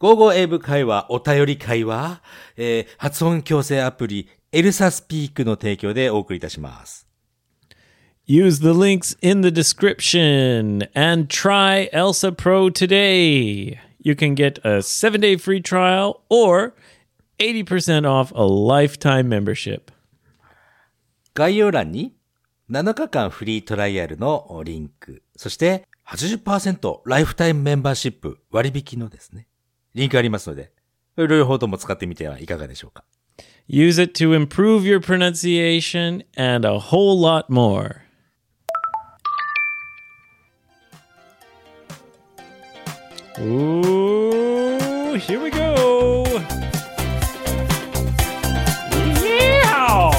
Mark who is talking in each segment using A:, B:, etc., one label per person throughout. A: 午後英語会話、お便り会話、えー発音矯正アプリ、エルサスピークの提供でお送りいたします。
B: Use the links in the description and try Elsa Pro today. You can get a seven day free trial or 80% off a lifetime membership.
A: 概要欄に7日間フリートライアルのリンク、そして80%ライフタイムメンバーシップ割引のですね、リンクありますので、両方とも使ってみてはいかがでしょうか。
B: Use it to improve your pronunciation and a whole lot more. おー、here we go! Yeah!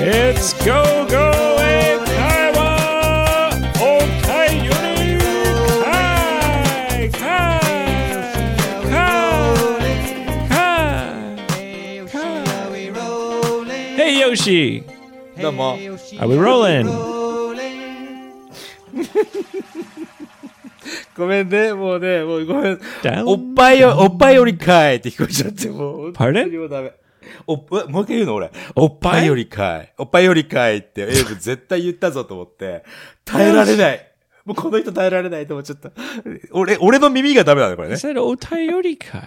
B: It's go go wave Kaiwa! Okay, Yuri! Kai! Kai! Kai! Kai! Hey Yoshi!
A: どうも。
B: Are we rolling?
A: ごめんね、もうね、もうごめん。
B: Down
A: おっぱいよ、おっぱいよりかいって聞こえちゃって、もう。
B: Pardon？
A: 本当にもうダメ。おっぱもう一回言うの俺。おっぱいよりかい。おっぱいよりかいって、エイブ絶対言ったぞと思って、耐えられない。もうこの人耐えられないと思っちゃった。俺、俺の耳がダメなんだ、これ
B: I
A: ね。
B: said Otayori Kai.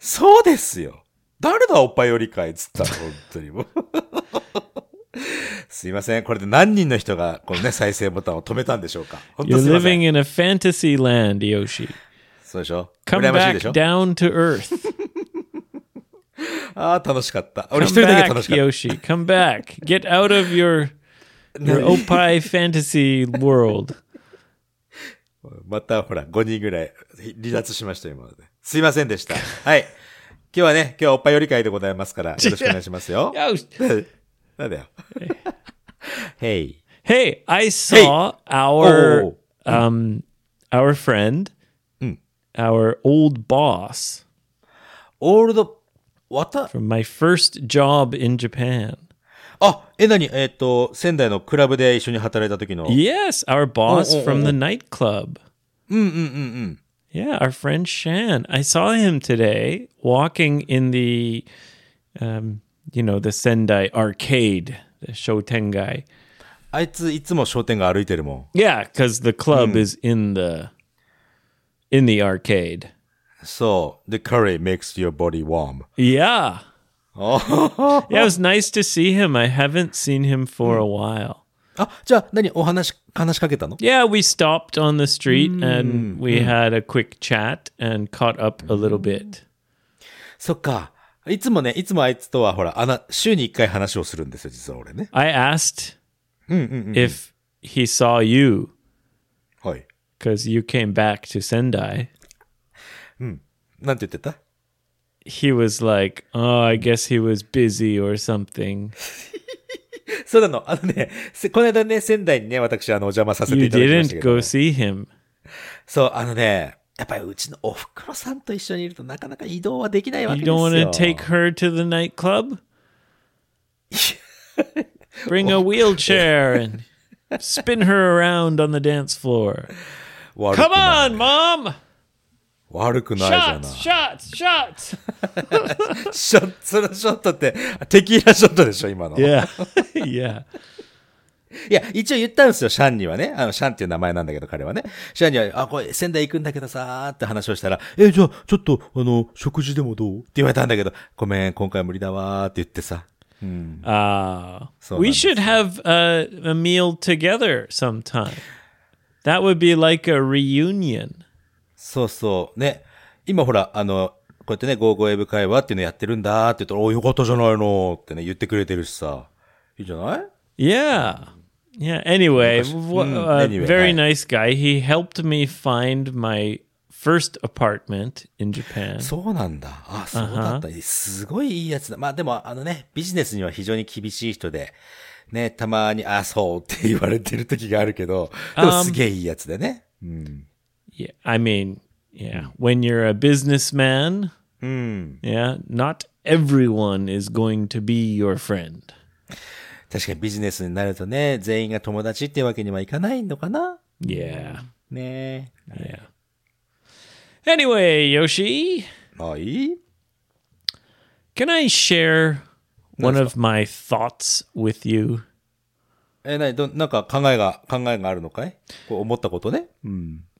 A: そうですよ。誰だ、おっぱいよりかいっつったの、本当にもう。すいません。これで何人の人が、このね、再生ボタンを止めたんでしょうか。本当
B: You're
A: すいませ
B: living
A: ん。
B: in a fantasy land, Yoshi.
A: そうでしょ
B: Come
A: 羨ましいで
B: back
A: しょ
B: down to earth.
A: ああ、楽しかった。俺一
B: Come
A: 人だけ楽し
B: back,
A: かった。
B: Yoshi. Come back. Get out of your your opai fantasy world.
A: またほら、5人ぐらい離脱しましたよ、今まで。すいませんでした。はい。今日はね、今日はおっぱいより会でございますから、よろしくお願いしますよ。
B: Yoshi.
A: なんだよ。Hey.
B: Hey, I saw our
A: Oh. Mm.
B: um our friend, our old boss
A: オールド、わた、
B: from my first job in Japan.
A: あ、え、なに、えっ、と、仙台のクラブで一緒に働いた時の。
B: Yes, our boss
A: oh,
B: from
A: oh. Mm,
B: the nightclub.
A: うんうんうんうん。
B: Yeah, our friend Shan. I saw him today walking in the, um, you know, the Sendai arcade, the Shotengai.
A: あいつ、いつも商店街歩いてるも
B: Yeah, because the
A: Mm.
B: club is in the in the arcade.
A: ん。そう。The curry makes your body warm.
B: Yeah. yeah, it was nice to see him. I haven't seen him for a while.
A: あ、じゃあ、なに、お話、話しかけたの
B: Yeah, we stopped on the street and we had a quick chat and caught up a little bit.
A: そっか。いつもね、いつもあいつとはほら、あな、週に一回話をするんですよ、実は俺ね。
B: I asked Hmm, if he saw you
A: はい。
B: because you came back to Sendai.
A: なんて言ってた
B: He was like, "Oh, I guess he was busy or something."
A: そうなの。あのね、せこの間ね、仙台にね、私、あの、お邪魔させて
B: You
A: いただきましたけ
B: didn't
A: ど
B: go see him.
A: そう、あのね、やっぱりうちのおふくろさんと一緒にいるとなかなか移動はできないわけで
B: You
A: すよ。
B: don't want to take her to the nightclub? Bring a wheelchair and spin her around on the dance floor.
A: 悪く
B: Come
A: ない
B: on, mom!
A: 悪くないじゃ
B: Shots, shots, shots!
A: ない。ショット、そのショットって、テキーラショットでしょ、今の。
B: Yeah. yeah.
A: いや、一応言ったんですよ、シャンにはね。あの、シャンっていう名前なんだけど、彼はね。シャンには、あ、これ、仙台行くんだけどさーって話をしたら、え、じゃあ、ちょっと、あの、食事でもどうって言われたんだけど、ごめん、今回無理だわーって言ってさ。
B: Ah,
A: So
B: we
A: nice.
B: should have uh, a meal together sometime. That would be like a reunion.
A: そうそう。ね。今ほら、あの、こうやってね、ゴーゴーエブ会話っていうのやってるんだーって言ったら、お、よかったじゃないのーってね、言ってくれてるしさ。いいじゃない
B: Yeah. Yeah. Anyway, wha- uh,
A: anyway, hi.
B: very nice guy. He helped me find my first apartment in Japan.
A: そうなんだ。あ、そうだった。すごいいいやつだ。まあでも、あのね、ビジネスには非常に厳しい人で、ね、たまに、あ、そうって言われてる時があるけど、でもすげえいいやつでね。
B: yeah. I mean, yeah. When you're a businessman,
A: うん。
B: yeah, not everyone is going to be your friend.
A: 確かにビジネスになるとね、全員が友達ってわけにはいかないのかな
B: Yeah.
A: ね
B: Yeah. Anyway, Yoshi,
A: え。はい。
B: can I share one of my thoughts with you?
A: え、なに、ど、なんか考えが、考えがあるのかいこう思ったことね。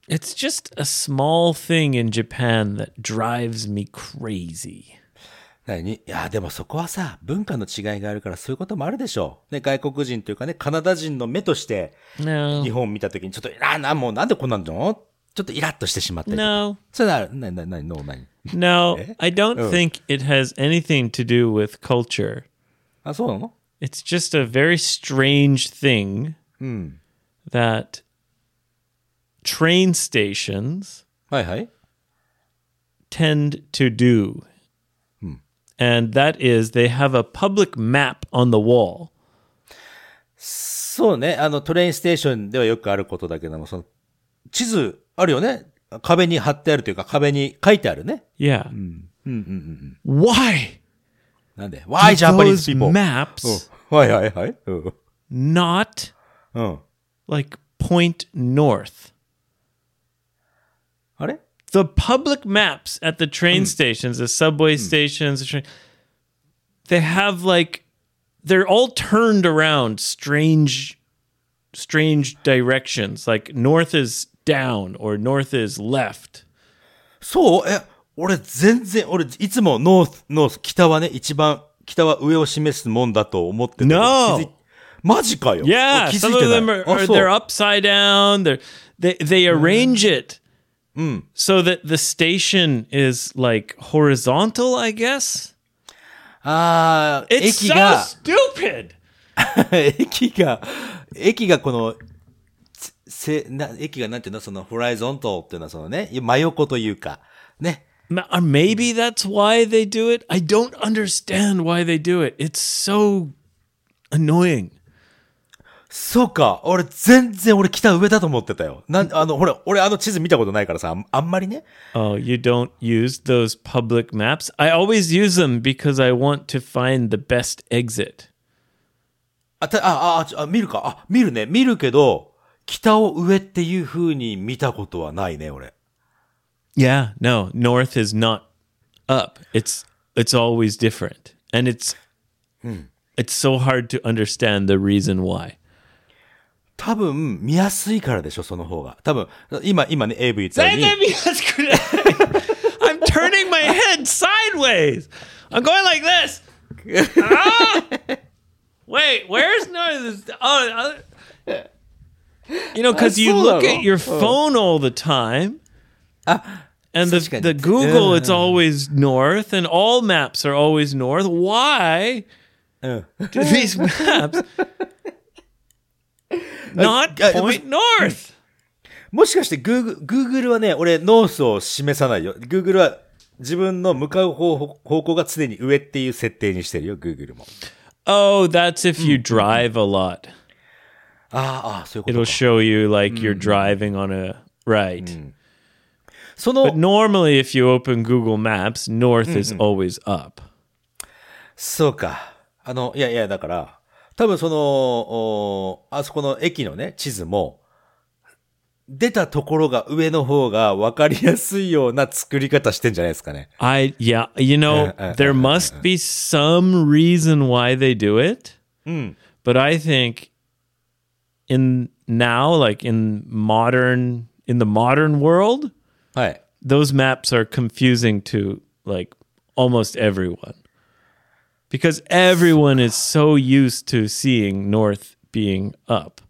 B: It's just a small thing in Japan that drives me crazy.
A: なにいや、でもそこはさ、文化の違いがあるからそういうこともあるでしょう。ね、外国人というかね、カナダ人の目として、
B: No.
A: 日本見たときにちょっと、あ、な、もうなんでこんなんのちょっとイラッとしてしまったりとか。
B: No.
A: それなら、な、な、な、な、なに。
B: No,
A: Eh?
B: I don't
A: Oh.
B: think it has anything to do with culture.
A: あ、そうなの
B: It's just a very strange thing
A: Hmm.
B: that train stations
A: はいはい。
B: tend to do.
A: Hmm.
B: And that is, they have a public map on the wall.
A: そうね。あの、トレインステーションではよくあることだけども、その、地図、あるよね。壁に貼ってあるというか、壁に書いてあるね。
B: Yeah.
A: Hmm.
B: Why?
A: なんで。Why Japanese
B: those
A: people? Oh.
B: マップス
A: うんはいはいはい。うん。
B: not
A: うん。
B: like point north.
A: あれ
B: The public maps at the train stations, the subway stations, the train, they have like they're all turned around strange strange directions. Like north is down or north is left.
A: そうえ、俺全然、俺いつもノース、ノース、北はね、一番、北は上を示すもんだと思ってたけど
B: No
A: 気づいマジかよ。
B: Yeah,
A: 俺気づ
B: some
A: いて
B: of
A: ない
B: them are,
A: あ
B: are
A: そう
B: they're upside down. They're, they they arrange it so that the station is like horizontal. I guess
A: あー
B: it's
A: 駅
B: so
A: が、
B: stupid.
A: 駅が、駅がこの、つせな駅がなんていうのそのホライゾントっていうのはそのね、真横というか、ね。
B: Ma- Or maybe that's why they do it. I don't understand why they do it. It's so annoying.
A: そうか。俺、全然、俺、北上だと思ってたよ。なん、あの、ほら、俺、あの地図見たことないからさ、あんあんまりね。
B: Oh, you don't use those public maps? I always use them because I want to find the best exit.
A: あ、た、あ、あちょあ、見るか。あ、見るね。見るけど、北を上っていう風に見たことはないね、俺。
B: Yeah, no, north is not up. It's it's always different. And it's Hmm. it's so hard to understand the reason why.
A: 多分、見やすいからでしょ、その方が。多分、今、今ね、AV 言ってたように。
B: I'm turning my head sideways. I'm going like this. Ah! Wait, where's north? Oh, uh, you know, because you look at your
A: Oh.
B: phone all the time.
A: Uh,
B: And the,
A: 確かに。
B: the Google, it's always north, and all maps are always north. Why do these maps not
A: uh,
B: point north?
A: もしかして Google, Google はね、俺、ノースを示さないよ。Google は自分の向かう方方向が常に上っていう設定にしてるよ、Google も。
B: Oh, that's if you drive a lot.
A: あーあー、そういうこ
B: It'll
A: と
B: show you like you're driving on a right.
A: そ
B: But
A: の、
B: normally, if you open Google Maps, north is always up.
A: そうか。あの、いやいや、だから、多分その、おーあそこの駅のね、地図も、出たところが上の方が分かりやすいような作り方してんじゃないですかね。
B: I yeah, you know,
A: uh,
B: there must be some reason why they do it. But I think in now, like in modern in the modern world,
A: はい。
B: those maps are confusing to like almost everyone because everyone is so used to seeing north being up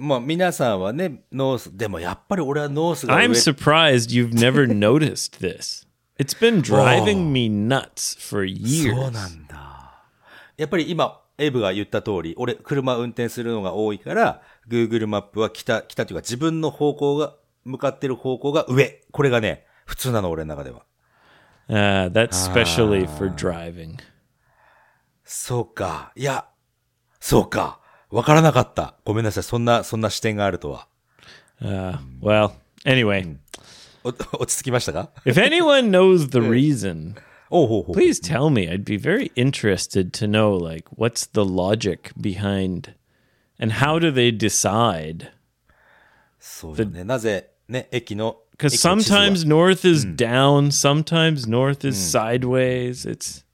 A: まあ、皆さんはね、ノース、でもやっぱり俺はノースが上
B: i'm surprised you've never noticed this it's been driving me nuts for
A: そう
B: years
A: なんだ。やっぱり今、エイブが言った通り、俺、車運転するのが多いから、Google マップは北、北というか自分の方向が、向かってる方向が上。これがね、普通なの、俺の中では。
B: uh, that's specially for driving
A: そうか。いや、そうか。わからなかった。ごめんなさい。そんな、そんな視点があるとは。
B: uh, well anyway
A: お 落ち着きましたか
B: if anyone knows the reason
A: おうほうほう。
B: please tell me i'd be very interested to know like what's the logic behind and how do they decide
A: そうよね。なぜ、ね、駅の。
B: Because
A: 駅の地図は
B: sometimes north is down, sometimes north is sideways. It's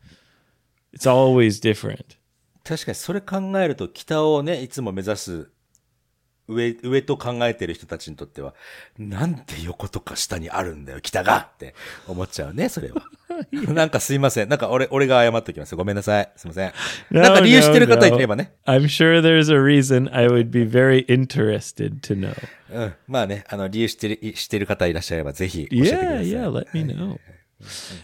B: it's always different.
A: 確かにそれ考えると北をね、いつも目指す上、上と考えてる人たちにとっては、なんで横とか下にあるんだよ、北がって思っちゃうね、それは。なんか すいません。なんか俺、俺が謝っときます。ごめんなさ い。すいません。
B: No,
A: なんか理由
B: no,
A: 知ってる方
B: no.
A: いればね。
B: I'm sure there's a reason. I would be very interested to know.
A: うん。まあね、あの、理由知ってる、い知ってる方いらっしゃればぜひ教えてくださ
B: Yeah,
A: い。
B: yeah, let me know.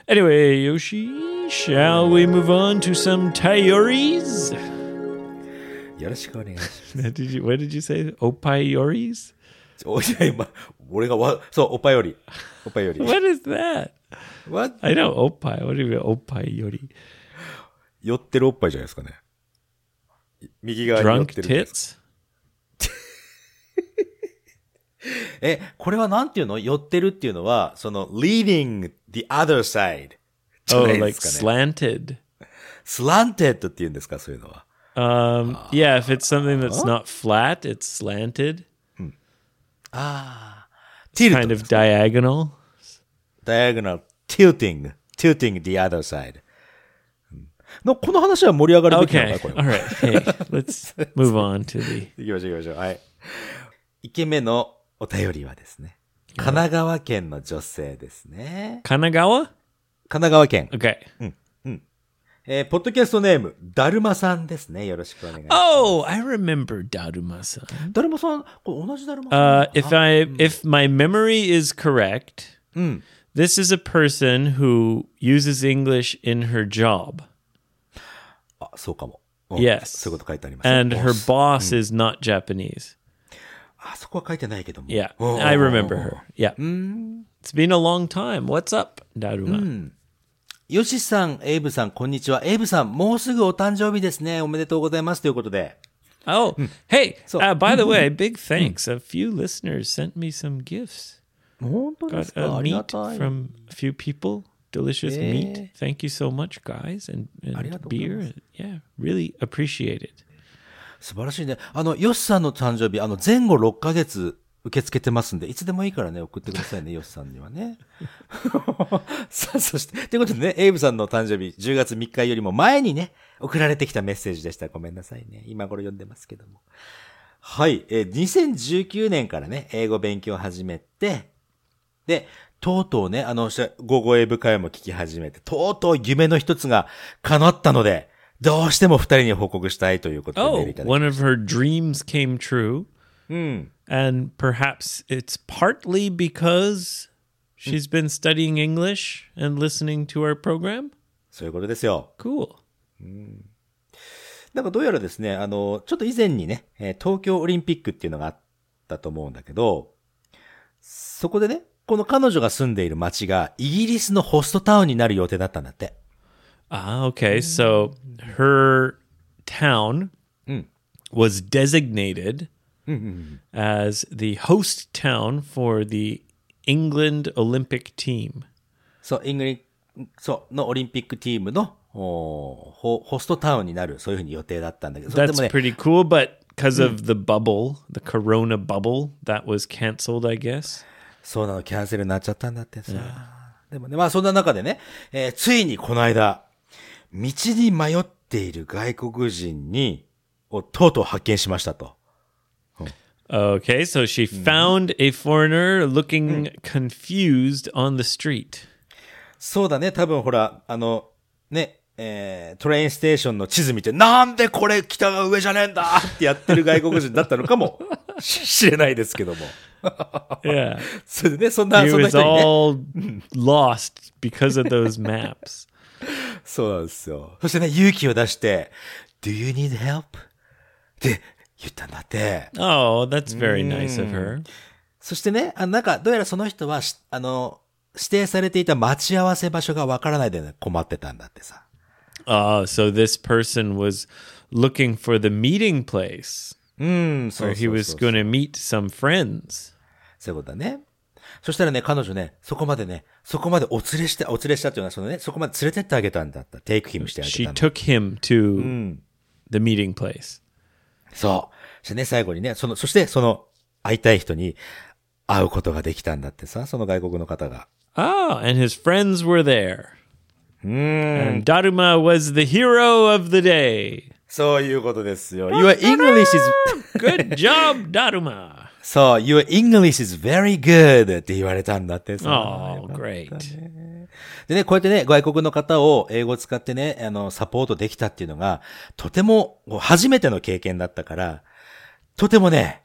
B: Anyway, Yoshi, shall we move on to some tayoris?
A: よろしくお願いします。
B: Did you, what did you say? Opayoris?
A: おいや、今、俺がわ、そう、おっぱいより。おっぱいより。
B: What is that?
A: What?
B: I know opai. What do you mean opayori?
A: 寄ってるおっぱいじゃないですかね。い右側に寄って
B: Drunk
A: る。
B: tits?
A: え、これはなんていうの寄ってるっていうのは、その、leading the other side じゃ
B: Oh,
A: ないで
B: like
A: すかね。
B: slanted.
A: slanted って言うんですか、そういうのは。
B: Um, yeah, if it's something that's not flat, it's slanted,
A: tilt.
B: kind of diagonal.
A: diagonal tilting, tilting the other side. うんのこの話は盛り上がるべきなのか
B: Okay,
A: なこれ
B: all right. Hey, let's move on to the.
A: 行きましょう行きましょう。はい。イケメンのお便りはですね、神奈川県の女性ですね。
B: Kanagawa?
A: 神奈川県。
B: Okay.
A: えーポッドキャストネーム、だるまさんですね。よろしくお願いします。
B: Oh, I remember Daruma-san.
A: だるまさん、これ同じだるまさんなの
B: Uh,
A: かな
B: if I if my memory is correct, this is a person who uses English in her job,
A: あ、そうかも。うん
B: Yes.
A: そういうこと書いてあります。
B: and
A: お
B: her boss is not Japanese.
A: あそこは書いてないけども。
B: Yeah,
A: お
B: I remember her. Yeah, it's been a long time. What's up, Daruma?
A: ヨシさん、エイブさん、こんにちは。エイブさん、もうすぐお誕生日ですね。おめでとうございます。ということで。
B: Oh, hey!
A: So-
B: uh, by the way, big thanks. A few listeners sent me some gifts.
A: 本当
B: Got a meat from a few people. Delicious meat. Thank you so much, guys, and, and
A: Arigatou
B: beer. Yeah, really appreciate it.
A: 素晴らしいね。あの、ヨシさんの誕生日、あの、前後6ヶ月受け付けてますんで、いつでもいいからね、送ってくださいね、ヨシさんにはね。 さあ、そして、ということでね、エイブさんの誕生日、10月3日よりも前にね、送られてきたメッセージでした。ごめんなさいね。今頃読んでますけども。はい。えー2019年からね、英語勉強を始めて、で、とうとうね、あの、し午後英部会も聞き始めて、とうとう夢の一つが叶ったので、どうしても二人に報告したいということでメー
B: Oh,
A: ルいただきました
B: one of her dreams came true. And perhaps it's partly because she's been studying English and listening to our program.
A: そういうことですよ。
B: Cool.
A: なんかどうやらですね、あの、ちょっと以前にね、えー東京オリンピックっていうのがあったと思うんだけど、そこでね、この彼女が住んでいる町がイギリスのホストタウンになる予定だったんだって。
B: Ah, okay. So her town was designated as the host town for the England Olympic team.
A: そう、イングリそう、のオリンピックチームの、おーホホストタウンになる、そういうふうに予定だったんだけど、それで
B: That's
A: もね、
B: pretty cool, but because of the bubble, the corona bubble, that was canceled, I guess.
A: そうなの、キャンセルになっちゃったんだってさ。でもね、まあそんな中でね、えーついにこの間、道に迷っている外国人に、をとうとう発見しましたと。
B: Okay, so she found a foreigner looking confused on the street.
A: そうだね、多分ほら、あの、ね、えートレインステーションの地図見て、なんでこれ北が上じゃねえんだ ってやってる外国人だったのかも し知れないですけども。
B: Yeah.
A: それでね、そんな、
B: He
A: そんな
B: was
A: 人にね。
B: all lost because of those maps.
A: そうなんですよ。そしてね、勇気を出して、Do you need help? って言ったんだって。
B: Oh, that's very nice of her.
A: そしてね、あなんか、どうやらその人はし、あの、指定されていた待ち合わせ場所がわからないで、ね、困ってたんだってさ。
B: Oh, so this person was looking for the meeting place
A: うん、そう
B: where
A: そうそ
B: he
A: う
B: was going to meet some friends.
A: そういうことだね。そしたらね、彼女ね、そこまでね、そこまでお連れして、お連れしたっていうのは、そのね、そこまで連れてってあげたんだった。テイクヒムしてあげ
B: She
A: たんだ。
B: took him to the meeting place.
A: そう。そしてね、最後にね、その、そして、その、会いたい人に会うことができたんだってさ、その外国の方が。
B: Oh, and his friends were there.
A: うーん。
B: And Daruma was the hero of the day.
A: そういうことですよ。Your English is,
B: Good job, Daruma.
A: そう、Your English is very good って言われたんだってさ。
B: Oh, great.
A: でね、こうやってね、外国の方を英語を使ってね、あの、サポートできたっていうのが、とても、こう初めての経験だったから、とてもね、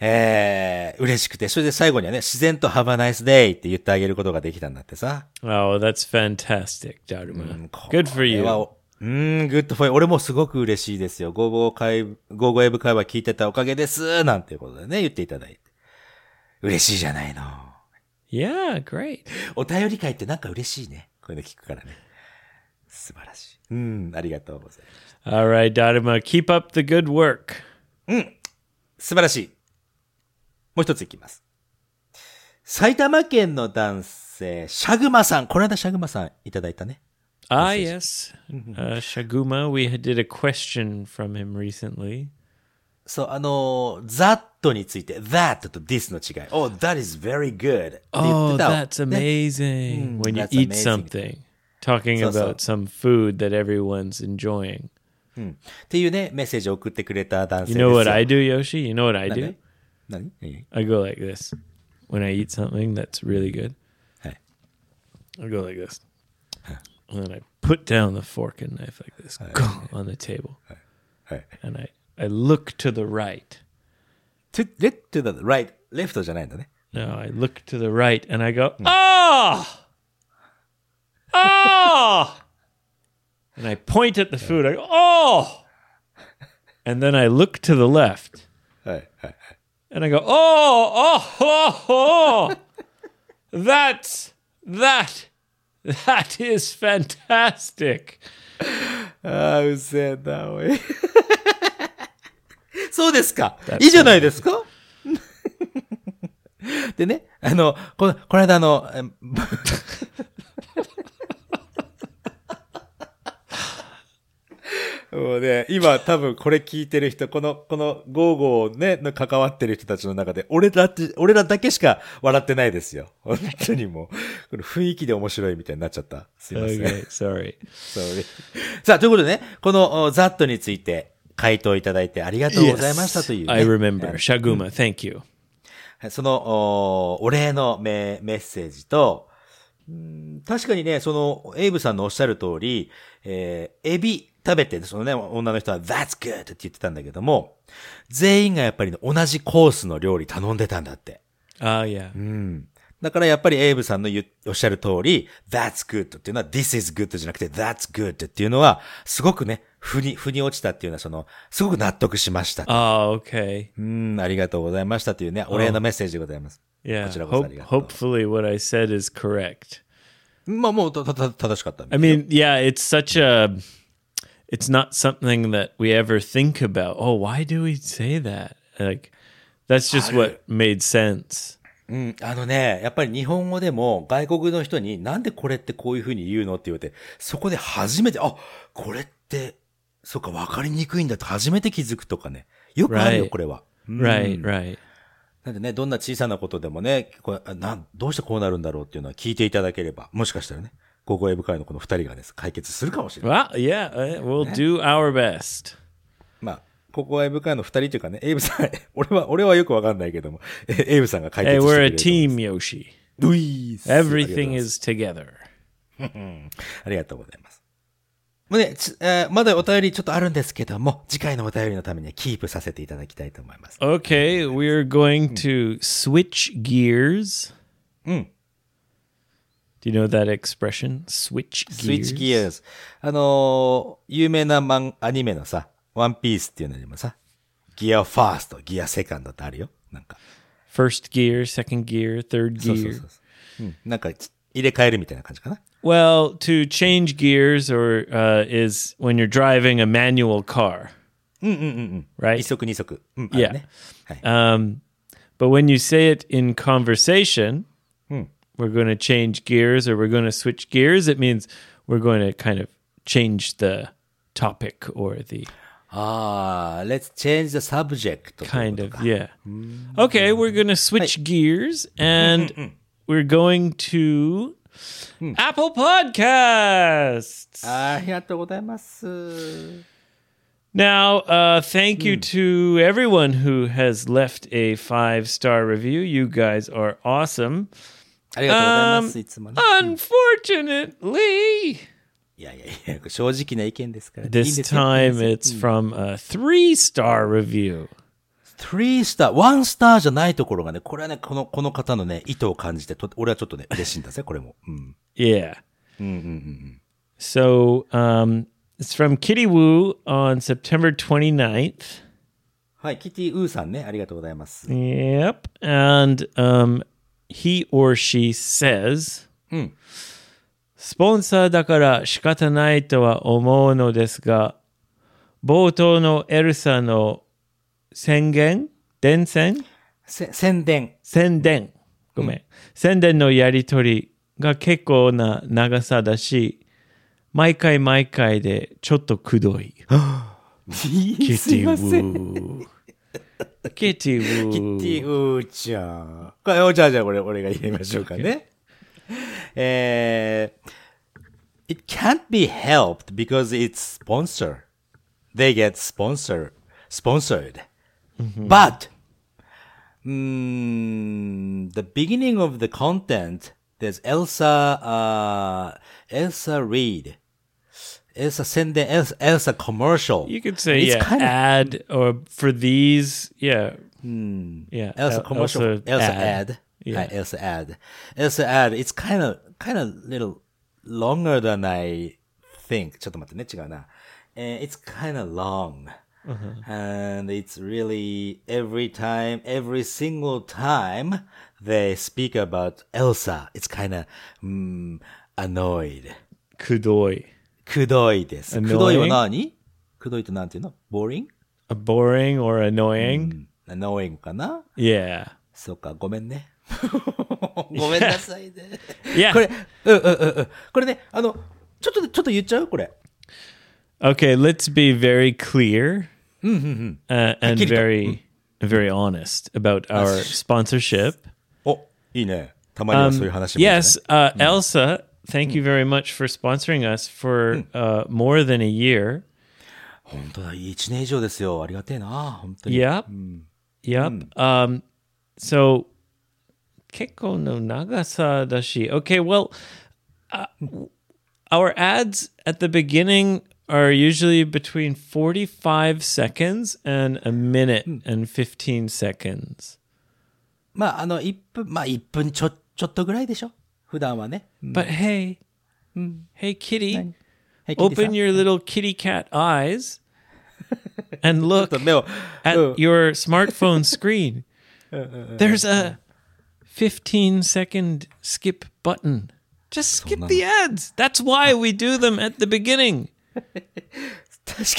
A: えー、嬉しくて、それで最後にはね、自然と Have a nice day って言ってあげることができたんだってさ。
B: Oh, that's fantastic, Daruma.
A: こ
B: Good for
A: れ
B: you.
A: はうーん、グッドフォー俺もすごく嬉しいですよ。ゴーゴー会、ゴーゴーエブ会話聞いてたおかげです、なんていうことでね、言っていただいて。嬉しいじゃないの。
B: Yeah, great.
A: お便り会ってなんか嬉しいね。こういうの聞くからね。素晴らしい。うん、ありがとうございます。
B: All right, Daruma, keep up the good work.
A: 素晴らしい。もう一ついきます。埼玉県の男性、シャグマさん。この間シャグマさんいただいたね。
B: Ah, yes. Uh, Shaguma, we had- did a question from him recently.
A: そう、あのー、that について、that と this の違い。Oh, that is very good. って言っ
B: Oh,
A: てた。
B: that's amazing. when you
A: Mm, that's
B: eat
A: amazing.
B: something, talking
A: So, so.
B: about some food that everyone's enjoying.
A: っていうね、メッセージを送ってくれた男性です
B: You
A: よ。
B: know what I do, Yoshi? You know what I
A: 何
B: do?
A: 何何
B: I go like this. When I eat something that's really good,
A: はい。
B: I go like this. And then I put down the fork and knife like this on the table.
A: はい。
B: And I, I look to the right.
A: to, left to the right, left じゃないんだね。
B: No, I look to the right and I go, ah, ah, and I point at the food. I go, oh, and then I look to the left
A: はい。はい。
B: and I go, oh, oh, oh, oh, that's that, that is fantastic.
A: ああ、うせえな、おい。 そうですか。いいじゃないですか でね、あの、この、この間あの、え もうね、今多分これ聞いてる人、この、このゴーゴーね、の関わってる人たちの中で、俺らって、俺らだけしか笑ってないですよ。本当にもう、この雰囲気で面白いみたいになっちゃった。すいません。
B: Okay, sorry.
A: Sorry. さあ、ということでね、このおザットについて回答いただいてありがとうございましたという、ね
B: I remember. Shaguma, thank you.
A: そのおお礼のメメッセージと、うん確かにね、その、エイブさんのおっしゃる通り、えーエビ食べて、そのね、女の人は That's good! って言ってたんだけども、全員がやっぱりね、同じコースの料理頼んでたんだって。
B: Ah, yeah.
A: だからやっぱりエイブさんの言うおっしゃる通り、that's good っていうのは this is good じゃなくて that's good っていうのは、すごくね、腑に、腑に落ちたっていうのはその、すごく納得しました。
B: Oh, okay.
A: うん、ありがとうございましたというね、お礼のメッセージでございます。
B: Yeah.
A: こちらこそ
B: Hope,
A: ありがとう。
B: hopefully, what I said is correct.
A: まあもう、た、た、た正しかった。
B: I mean, yeah, it's such a it's not something that we ever think about. Oh, why do we say that? Like that's just what made sense.
A: うん、あのね、やっぱり日本語でも外国の人になんでこれってこういうふうに言うのって言われて、そこで初めて、あ、これって、そっか、わかりにくいんだって初めて気づくとかね。よくあるよ、
B: Right.
A: これは。
B: Right, right.
A: なんでね、どんな小さなことでもね、これあなんどうしてこうなるんだろうっていうのは聞いていただければ、もしかしたらね、高校エブ会のこの二人がです、解決するかもしれない。
B: Well, yeah, uh, we'll do our best.
A: まあ、高校エブ会の二人というかね、エイブさん、 俺は、俺はよくわかんないけども、えエイブさんが解
B: Hey,
A: 決してく
B: we're
A: れ
B: a
A: る。
B: team, Yoshi.
A: ういーす
B: Everything is together.
A: ありがとうございます。もうね、ちえーまだお便りちょっとあるんですけども、次回のお便りのためにはキープさせていただきたいと思います。
B: Okay, we're going to switch gears. Hmm. Do you know that expression? Switch gears.
A: スイッチギアーズ。あのー有名なマン、アニメのさ、ワンピースっていうのにもさ、ギアファースト、ギアセカンドってあるよ。なんか。
B: First gear, second gear, third
A: そう
B: gear.
A: そうそうそう。うん。なんか、ち入れ替えるみたいな感じかな。
B: Well, to change gears or uh, is when you're driving a manual car,
A: 一
B: right?
A: 足二足。うん。
B: Yeah.
A: あるね。はい。
B: Um, but when you say it in conversation, we're going to change gears or we're going to switch gears. It means we're going to kind of change the topic or the
A: Ah, let's change the subject.
B: kind of yeah okay we're gonna switch gears and we're going to apple podcasts
A: ありがとうございます。
B: now uh thank you to everyone who has left a five star review you guys are awesome
A: ありがとうございます。
B: Um,
A: いつもね。
B: unfortunately
A: いやいやいや、正直な意見ですから。
B: this
A: いいん
B: time
A: ですよ
B: it's from a three star review
A: 3スター、1スターじゃないところがね、これはね、この、この方のね、意図を感じて、と俺はちょっとね、嬉しいんだぜ、これも。うん。
B: Yeah. So um, it's from Kitty Woo on September 29th.
A: はい、キティウーさんね、ありがとうございます。
B: Yep. And um, he or she says, スポンサーだから仕方ないとは思うのですが、冒頭のエルサの宣言伝宣
A: せ、宣伝。
B: 宣伝。ごめん。宣伝のやりとりが結構な長さだし、毎回毎回でちょっとくどい。キ
A: す
B: テ
A: い
B: ィウ
A: ません。
B: ー。キティウ
A: キティ
B: ー。
A: ウーちゃん。これ、おじゃあじゃあ、これ、俺が言いましょうかね。えー It can't be helped because it's sponsor. They get sponsor, sponsored. But, mm, the beginning of the content, there's Elsa, uh, Elsa Reed. Elsa send the Elsa, Elsa commercial.
B: You could say,
A: It's
B: yeah,
A: kind of-
B: ad or for these. Yeah.
A: Hmm.
B: Yeah.
A: Elsa
B: El-
A: commercial, Elsa, ad,
B: Yeah.
A: Uh, Elsa ad, Elsa ad. It's kind of kind of little longer than I think. ちょっと待ってね、違うな。Uh, it's kind of long,
B: Mm-hmm.
A: and it's really every time, every single time they speak about Elsa, it's kind of mm, annoyed.
B: くどい。
A: くどいです。
B: Annoying?
A: くどいは何？くどいってなんていうの？boring? Mm.
B: A boring or annoying?
A: annoying かな？
B: Yeah.
A: そうか、ごめんね。 ごめんなさいね。
B: Yeah.
A: これ、うんうんうんうん。これね、あの、ちょっと、ちょっと言っちゃうこれ。
B: Okay, let's be very clear
A: Hmm,
B: uh, and
A: はっきりと。
B: very
A: Hmm.
B: very honest about our sponsorship.
A: お、いいね。たまにはそういう話も、
B: Yes, uh,
A: Hmm.
B: Elsa, thank you very much for sponsoring us
A: Hmm.
B: for uh, more than a year.
A: 本当だ、1年以上ですよ。ありがてえな、本当に。
B: Yep. Yep. Um, so, Keko no Nagasa dashi. Okay, well, uh, our ads at the beginning are usually between 45 seconds and a minute and 15 seconds.
A: まあ、あの、1分、まあ、1分ちょ、ちょっとぐらいでしょ。普段はね。
B: But hey, hey, kitty,
A: はいキティさん
B: open your little kitty cat eyes and look
A: ちょっと目を、
B: at
A: うん
B: your smartphone screen, there's a 15 second skip button. Just skip the ads. That's why we do them at the beginning.
A: 確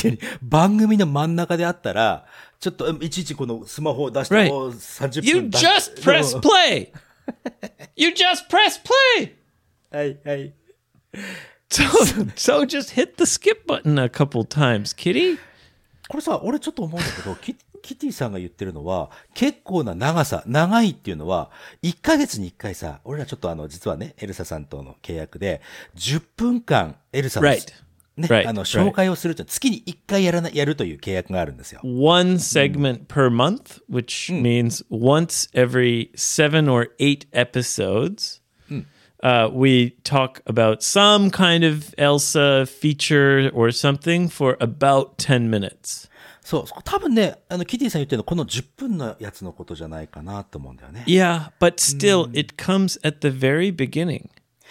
A: かに、番組の真ん中であったら、ちょっと、うんいちいちこのスマホを出して、
B: Right.
A: おー30分
B: You
A: だ
B: just press
A: うん
B: play. You just press play.
A: はい、はい。
B: So, so just hit the skip button a couple times, kitty.
A: これさ、俺ちょっと思うんだけど、キキティさんが言ってるのは、結構な長さ、長いっていうのは、1ヶ月に1回さ、俺らちょっとあの、実はね、エルサさんとの契約で、10分間、エルサの、
B: Right.
A: ね、
B: Right.
A: あの、紹介をすると、月に1回やらな、やるという契約があるんですよ。
B: One segment per month, which means once every seven or eight episodes. uh, we talk about some kind of Elsa feature or something for about 10 minutes.
A: そう、多分ね、あの、キティさん言ってるの、この10分のやつのことじゃないかなと思うんだよね。
B: Yeah, but still, it comes at the very beginning.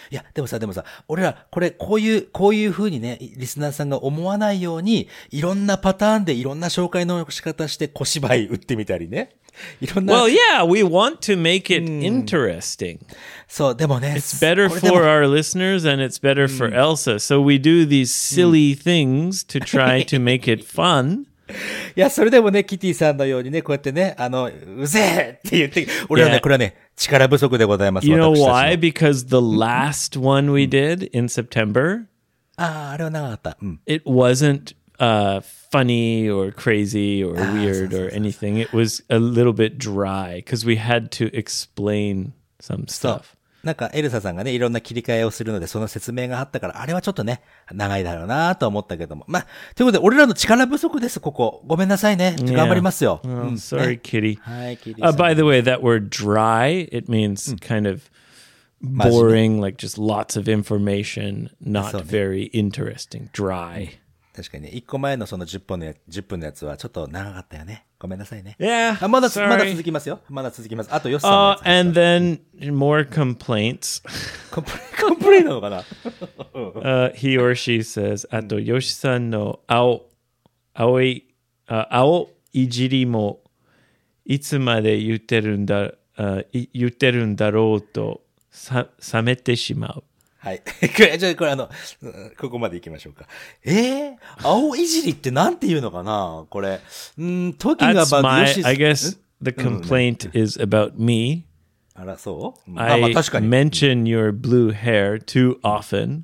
A: いや、でもさ、でもさ、俺ら、これ、こういう、こういう風にね、リスナーさんが思わないように、いろんなパターンでいろんな紹介の仕方して小芝居打ってみたりね。いろんな。
B: Well, yeah, we want to make it interesting.
A: そう、でもね。
B: It's better
A: これでも
B: Hmm. for Hmm. our listeners and it's better for Elsa. So we do these silly things to try to make it fun.
A: いや、それでもね、キティさんのようにね、こうやってね、あの、うぜえって言って、俺らね、
B: Yeah.
A: これはね、力不足でございます。
B: You know
A: 私たちの
B: why? Because the Mm-hmm. last one we did in September,
A: ああ、あれはなかった。うん。
B: it wasn't uh, funny or crazy or weird or anything. It was a little bit dry because we had to explain some
A: そう
B: stuff.。
A: なんかエルサさんがね、いろんな切り替えをするので、その説明があったから、あれはちょっとね、長いだろうなと思ったけども。まあ、ということで、俺らの力不足です、ここ。ごめんなさいね。ちょっと
B: Yeah.
A: 頑張りますよ。
B: Oh,
A: うん
B: sorry,
A: ね
B: kitty. Hmm.
A: はい、キリさ
B: Uh,
A: ん。
B: by the way, that word dry, it means kind of boring, like just lots of information, not very interesting. Dry.
A: 確かにね、1個前のその10本のや10分のやつはちょっと長かったよね。ごめんなさいね。
B: Yeah.
A: あまだつ、まだ
B: sorry.
A: 続きますよ。まだ続きます。あと、よっさんのや
B: Uh,
A: つ。
B: and then more complaints.
A: コンプレコンプレなのかな
B: Uh, he or she says, "Ato Yoshi-san no ao aoi uh, ao ijiri mo itsumade yutterun da uh, i- yutterun darou to sa- samete shimau."
A: はい。 これ、じゃあ、これあの、うんここまで行きましょうか。えー、青いじりってなんて言うのかなこれ。うん、talking
B: That's
A: about
B: my.
A: Yoshi's... Hmm?
B: I guess
A: ん
B: the complaint is about me.
A: あら、そううんあ、まあ
B: I
A: 確かに。
B: mention your blue hair too often,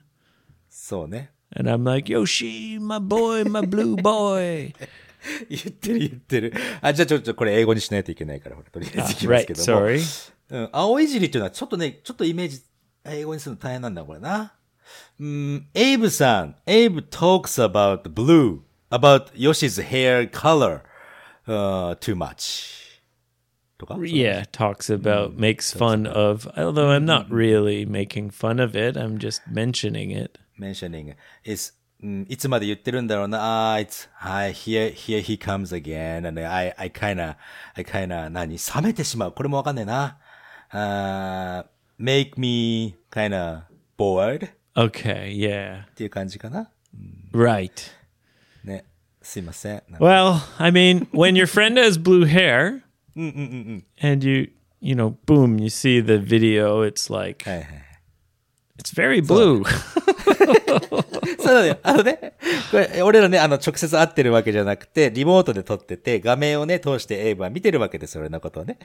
A: そうね。
B: and I'm like, "Yoshi, my boy, my blue boy."
A: 言ってる言ってる。あ、じゃあちょっとこれ英語にしないといけないから、ほらとりあえず行きます
B: right,
A: けども。
B: sorry.
A: うん、青いじりっていうのはちょっとね、ちょっとイメージ、英語にするの大変なんだ、これな。うん、エイブさん、エイブ talks about blue, about Yoshi's hair color, uh, too much. とか
B: yeah talks mm, about Mm-hmm. makes fun of although i'm not really making fun of it i'm just mentioning it
A: mentioning is うんいつまで言ってるんだろうな。あー、it's, はい、here, here he comes again, and I, I kinda, I kinda, 何冷めてしまう。これもわかんねえな。あー make me kinda bored っ
B: okay yeah
A: ていう感じかな。
B: right
A: ね。すいません。なんか
B: well i mean when your friend has blue hair and you you know boom you see the video it's like
A: はいはい。
B: it's very blue
A: そうだよ。あのね、これ、俺らね、あの、直接会ってるわけじゃなくて、リモートで撮ってて、画面をね、通してエイブは見てるわけですよ、俺のことをね。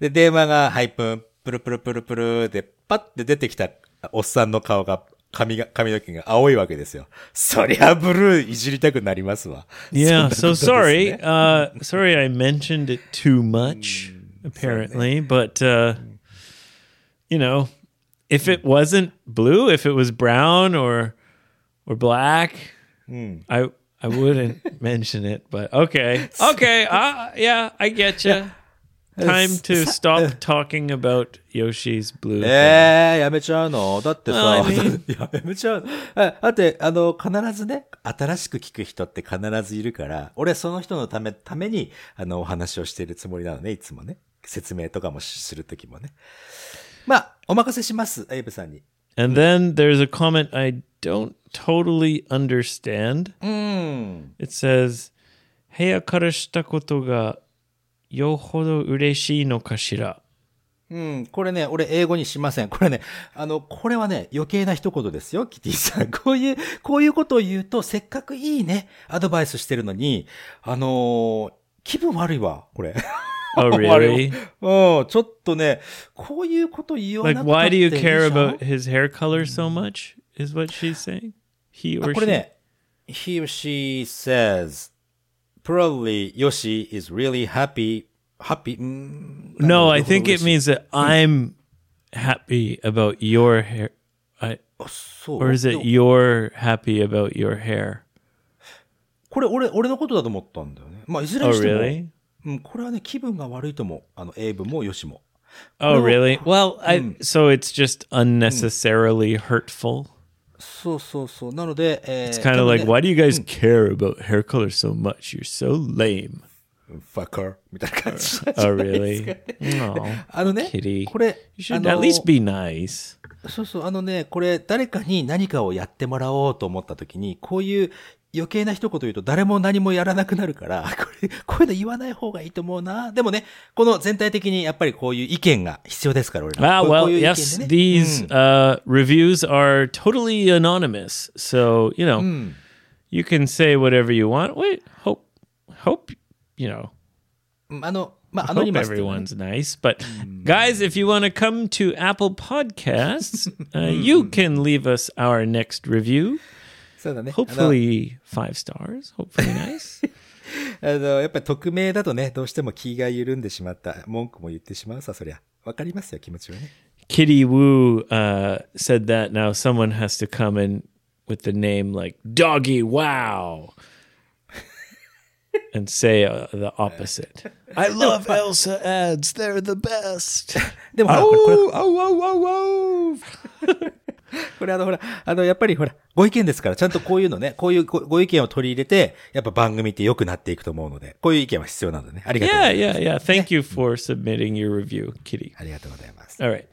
A: で、電話が、ハイプン、プルプルプルプルで、パッて出てきたおっさんの顔が、髪が、髪の毛が青いわけですよ。そりゃブルーいじりたくなりますわ。
B: yeah
A: そん
B: so
A: なことです
B: sorry
A: ね
B: uh sorry i mentioned it too much apparently but uh you know if it wasn't blue if it was brown or or black i i wouldn't mention it but okay okay uh, yeah i get you time to stop talking about yoshi's blue hair.
A: ええやめちゃうのだってさ、
B: あいい
A: やめちゃうのあだって、あの、必ずね、新しく聞く人って必ずいるから、俺はその人のため、ために、あの、お話をしているつもりなのね、いつもね。説明とかもしするときもね。まあ、お任せします、エイブさんに。
B: and then there's a comment i don't totally understand
A: うん。
B: It says, 部屋からしたことがよほど嬉しいのかしら。
A: うん、これね、俺英語にしません。これね、あの、これはね、余計な一言ですよ、キティさん。 こういう、こういうことを言うと、せっかくいいね、アドバイスしてるのに、あのー気分悪いわ、これ。
B: Oh,
A: あれ
B: really?
A: うん、ちょっとね、こういうこと言わな
B: Like,
A: くたっ
B: why
A: て
B: do
A: いい
B: you
A: じゃん
B: care about his hair color so much? Is what she's saying? He
A: あ
B: or
A: これ
B: she?
A: ね、he or she says, probably Yoshi is really happy, happy, うーん
B: No,
A: な
B: I
A: るほど
B: think it
A: 嬉しい
B: means that I'm happy about your hair. I,
A: あそう
B: or is
A: でも
B: it you're happy about your hair?
A: これ俺、俺のことだと思ったんだよね。まあ、いずれ
B: Oh,
A: にしても、
B: really?
A: うん、これはね、気分が悪いと思う。あの、エイブもヨシも。
B: Oh, really? Well, I, so it's just unnecessarily hurtful.
A: そうそうそう。なので、えー、
B: It's kind of like,
A: 多分ね
B: why do you guys care about hair color so much? You're so lame.
A: fucker みたいな感 じ。
B: Oh, really? No.
A: あのね
B: Kitty.、
A: これ
B: You、
A: あ
B: should
A: の
B: at least be nice.
A: そうそう、あのね、これ、誰かに何かをやってもらおうと思った時に、こういう余計な一言言うと誰も何もやらなくなるから、 これ、こういうの言わない方がいいと思うな。でもね、この全体的にやっぱりこういう意見が必要ですから、俺ら。
B: Ah,
A: こう
B: well,
A: こういう意見で
B: yes,
A: ね
B: these uh, reviews are totally anonymous. So, you know, you can say whatever you want. Wait, hope, hope, you know,
A: うんあの、まあ、アノ
B: hope
A: ニマスっていうのはね
B: everyone's nice. But guys, if you want to come to Apple Podcasts, uh, you can leave us our next review.
A: そうそうだね。
B: Hopefully five stars. Hopefully nice.
A: あの、あのやっぱり匿名だとね、どうしても気が緩んでしまった。文句も言ってしまうさ、そりゃ。わかりますよ、気持ちはね。
B: Kitty Woo uh, said that now someone has to come in with the name like Doggy Wow and say uh, the opposite. I love Elsa ads. They're the best. Oh,
A: でもほら、これ、これ、あうあうあうあうこれあのほら、あの、やっぱりほら、ご意見ですから、ちゃんとこういうのね、こういうごご意見を取り入れて、やっぱ番組って良くなっていくと思うので、こういう意見は必要なのでね。ありがとうご
B: yeah,
A: ざいます。
B: yeah, yeah. Thank you for submitting your review, Kitty.
A: ありがとうございます。
B: All right.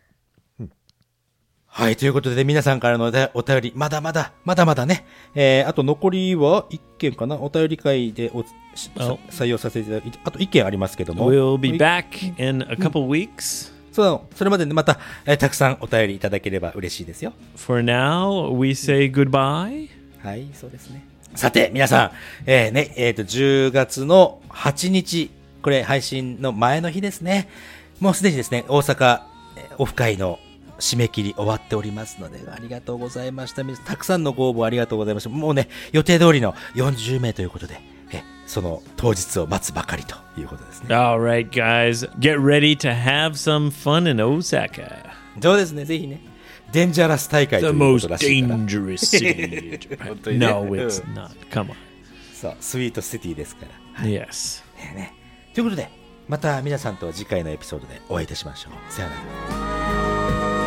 A: はい、ということで皆さんからのお便お便り、まだまだ、まだまだね。えー、あと残りは1件かなお便り会でおし
B: お
A: 採用させていただいて、あと1件ありますけども。
B: We'll be
A: はい
B: back in a couple weeks.
A: そうなのそれまでね、また、えーたくさんお便りいただければ嬉しいですよ。
B: For now, we say goodbye.
A: はい、そうですね。さて、皆さん、えーね、えっ、と、10月の8日、これ配信の前の日ですね。もうすでにですね、大阪、えーオフ会の締め切り終わっておりますので、ありがとうございました。皆さんたくさんのご応募ありがとうございました。もうね、予定通りの40名ということで、えその当日を待つばかりということですね。
B: All right, guys. Get ready to have some fun in Osaka.
A: そうですね、ぜひね、デンジャラス大会とい
B: the
A: うこと
B: most
A: らしいから。
B: dangerous city in Japan. no, it's not. Come on.
A: そう、スイートシティですから。
B: Yes.
A: ね。ということで、また皆さんと次回のエピソードでお会いいたしましょう。さようなら。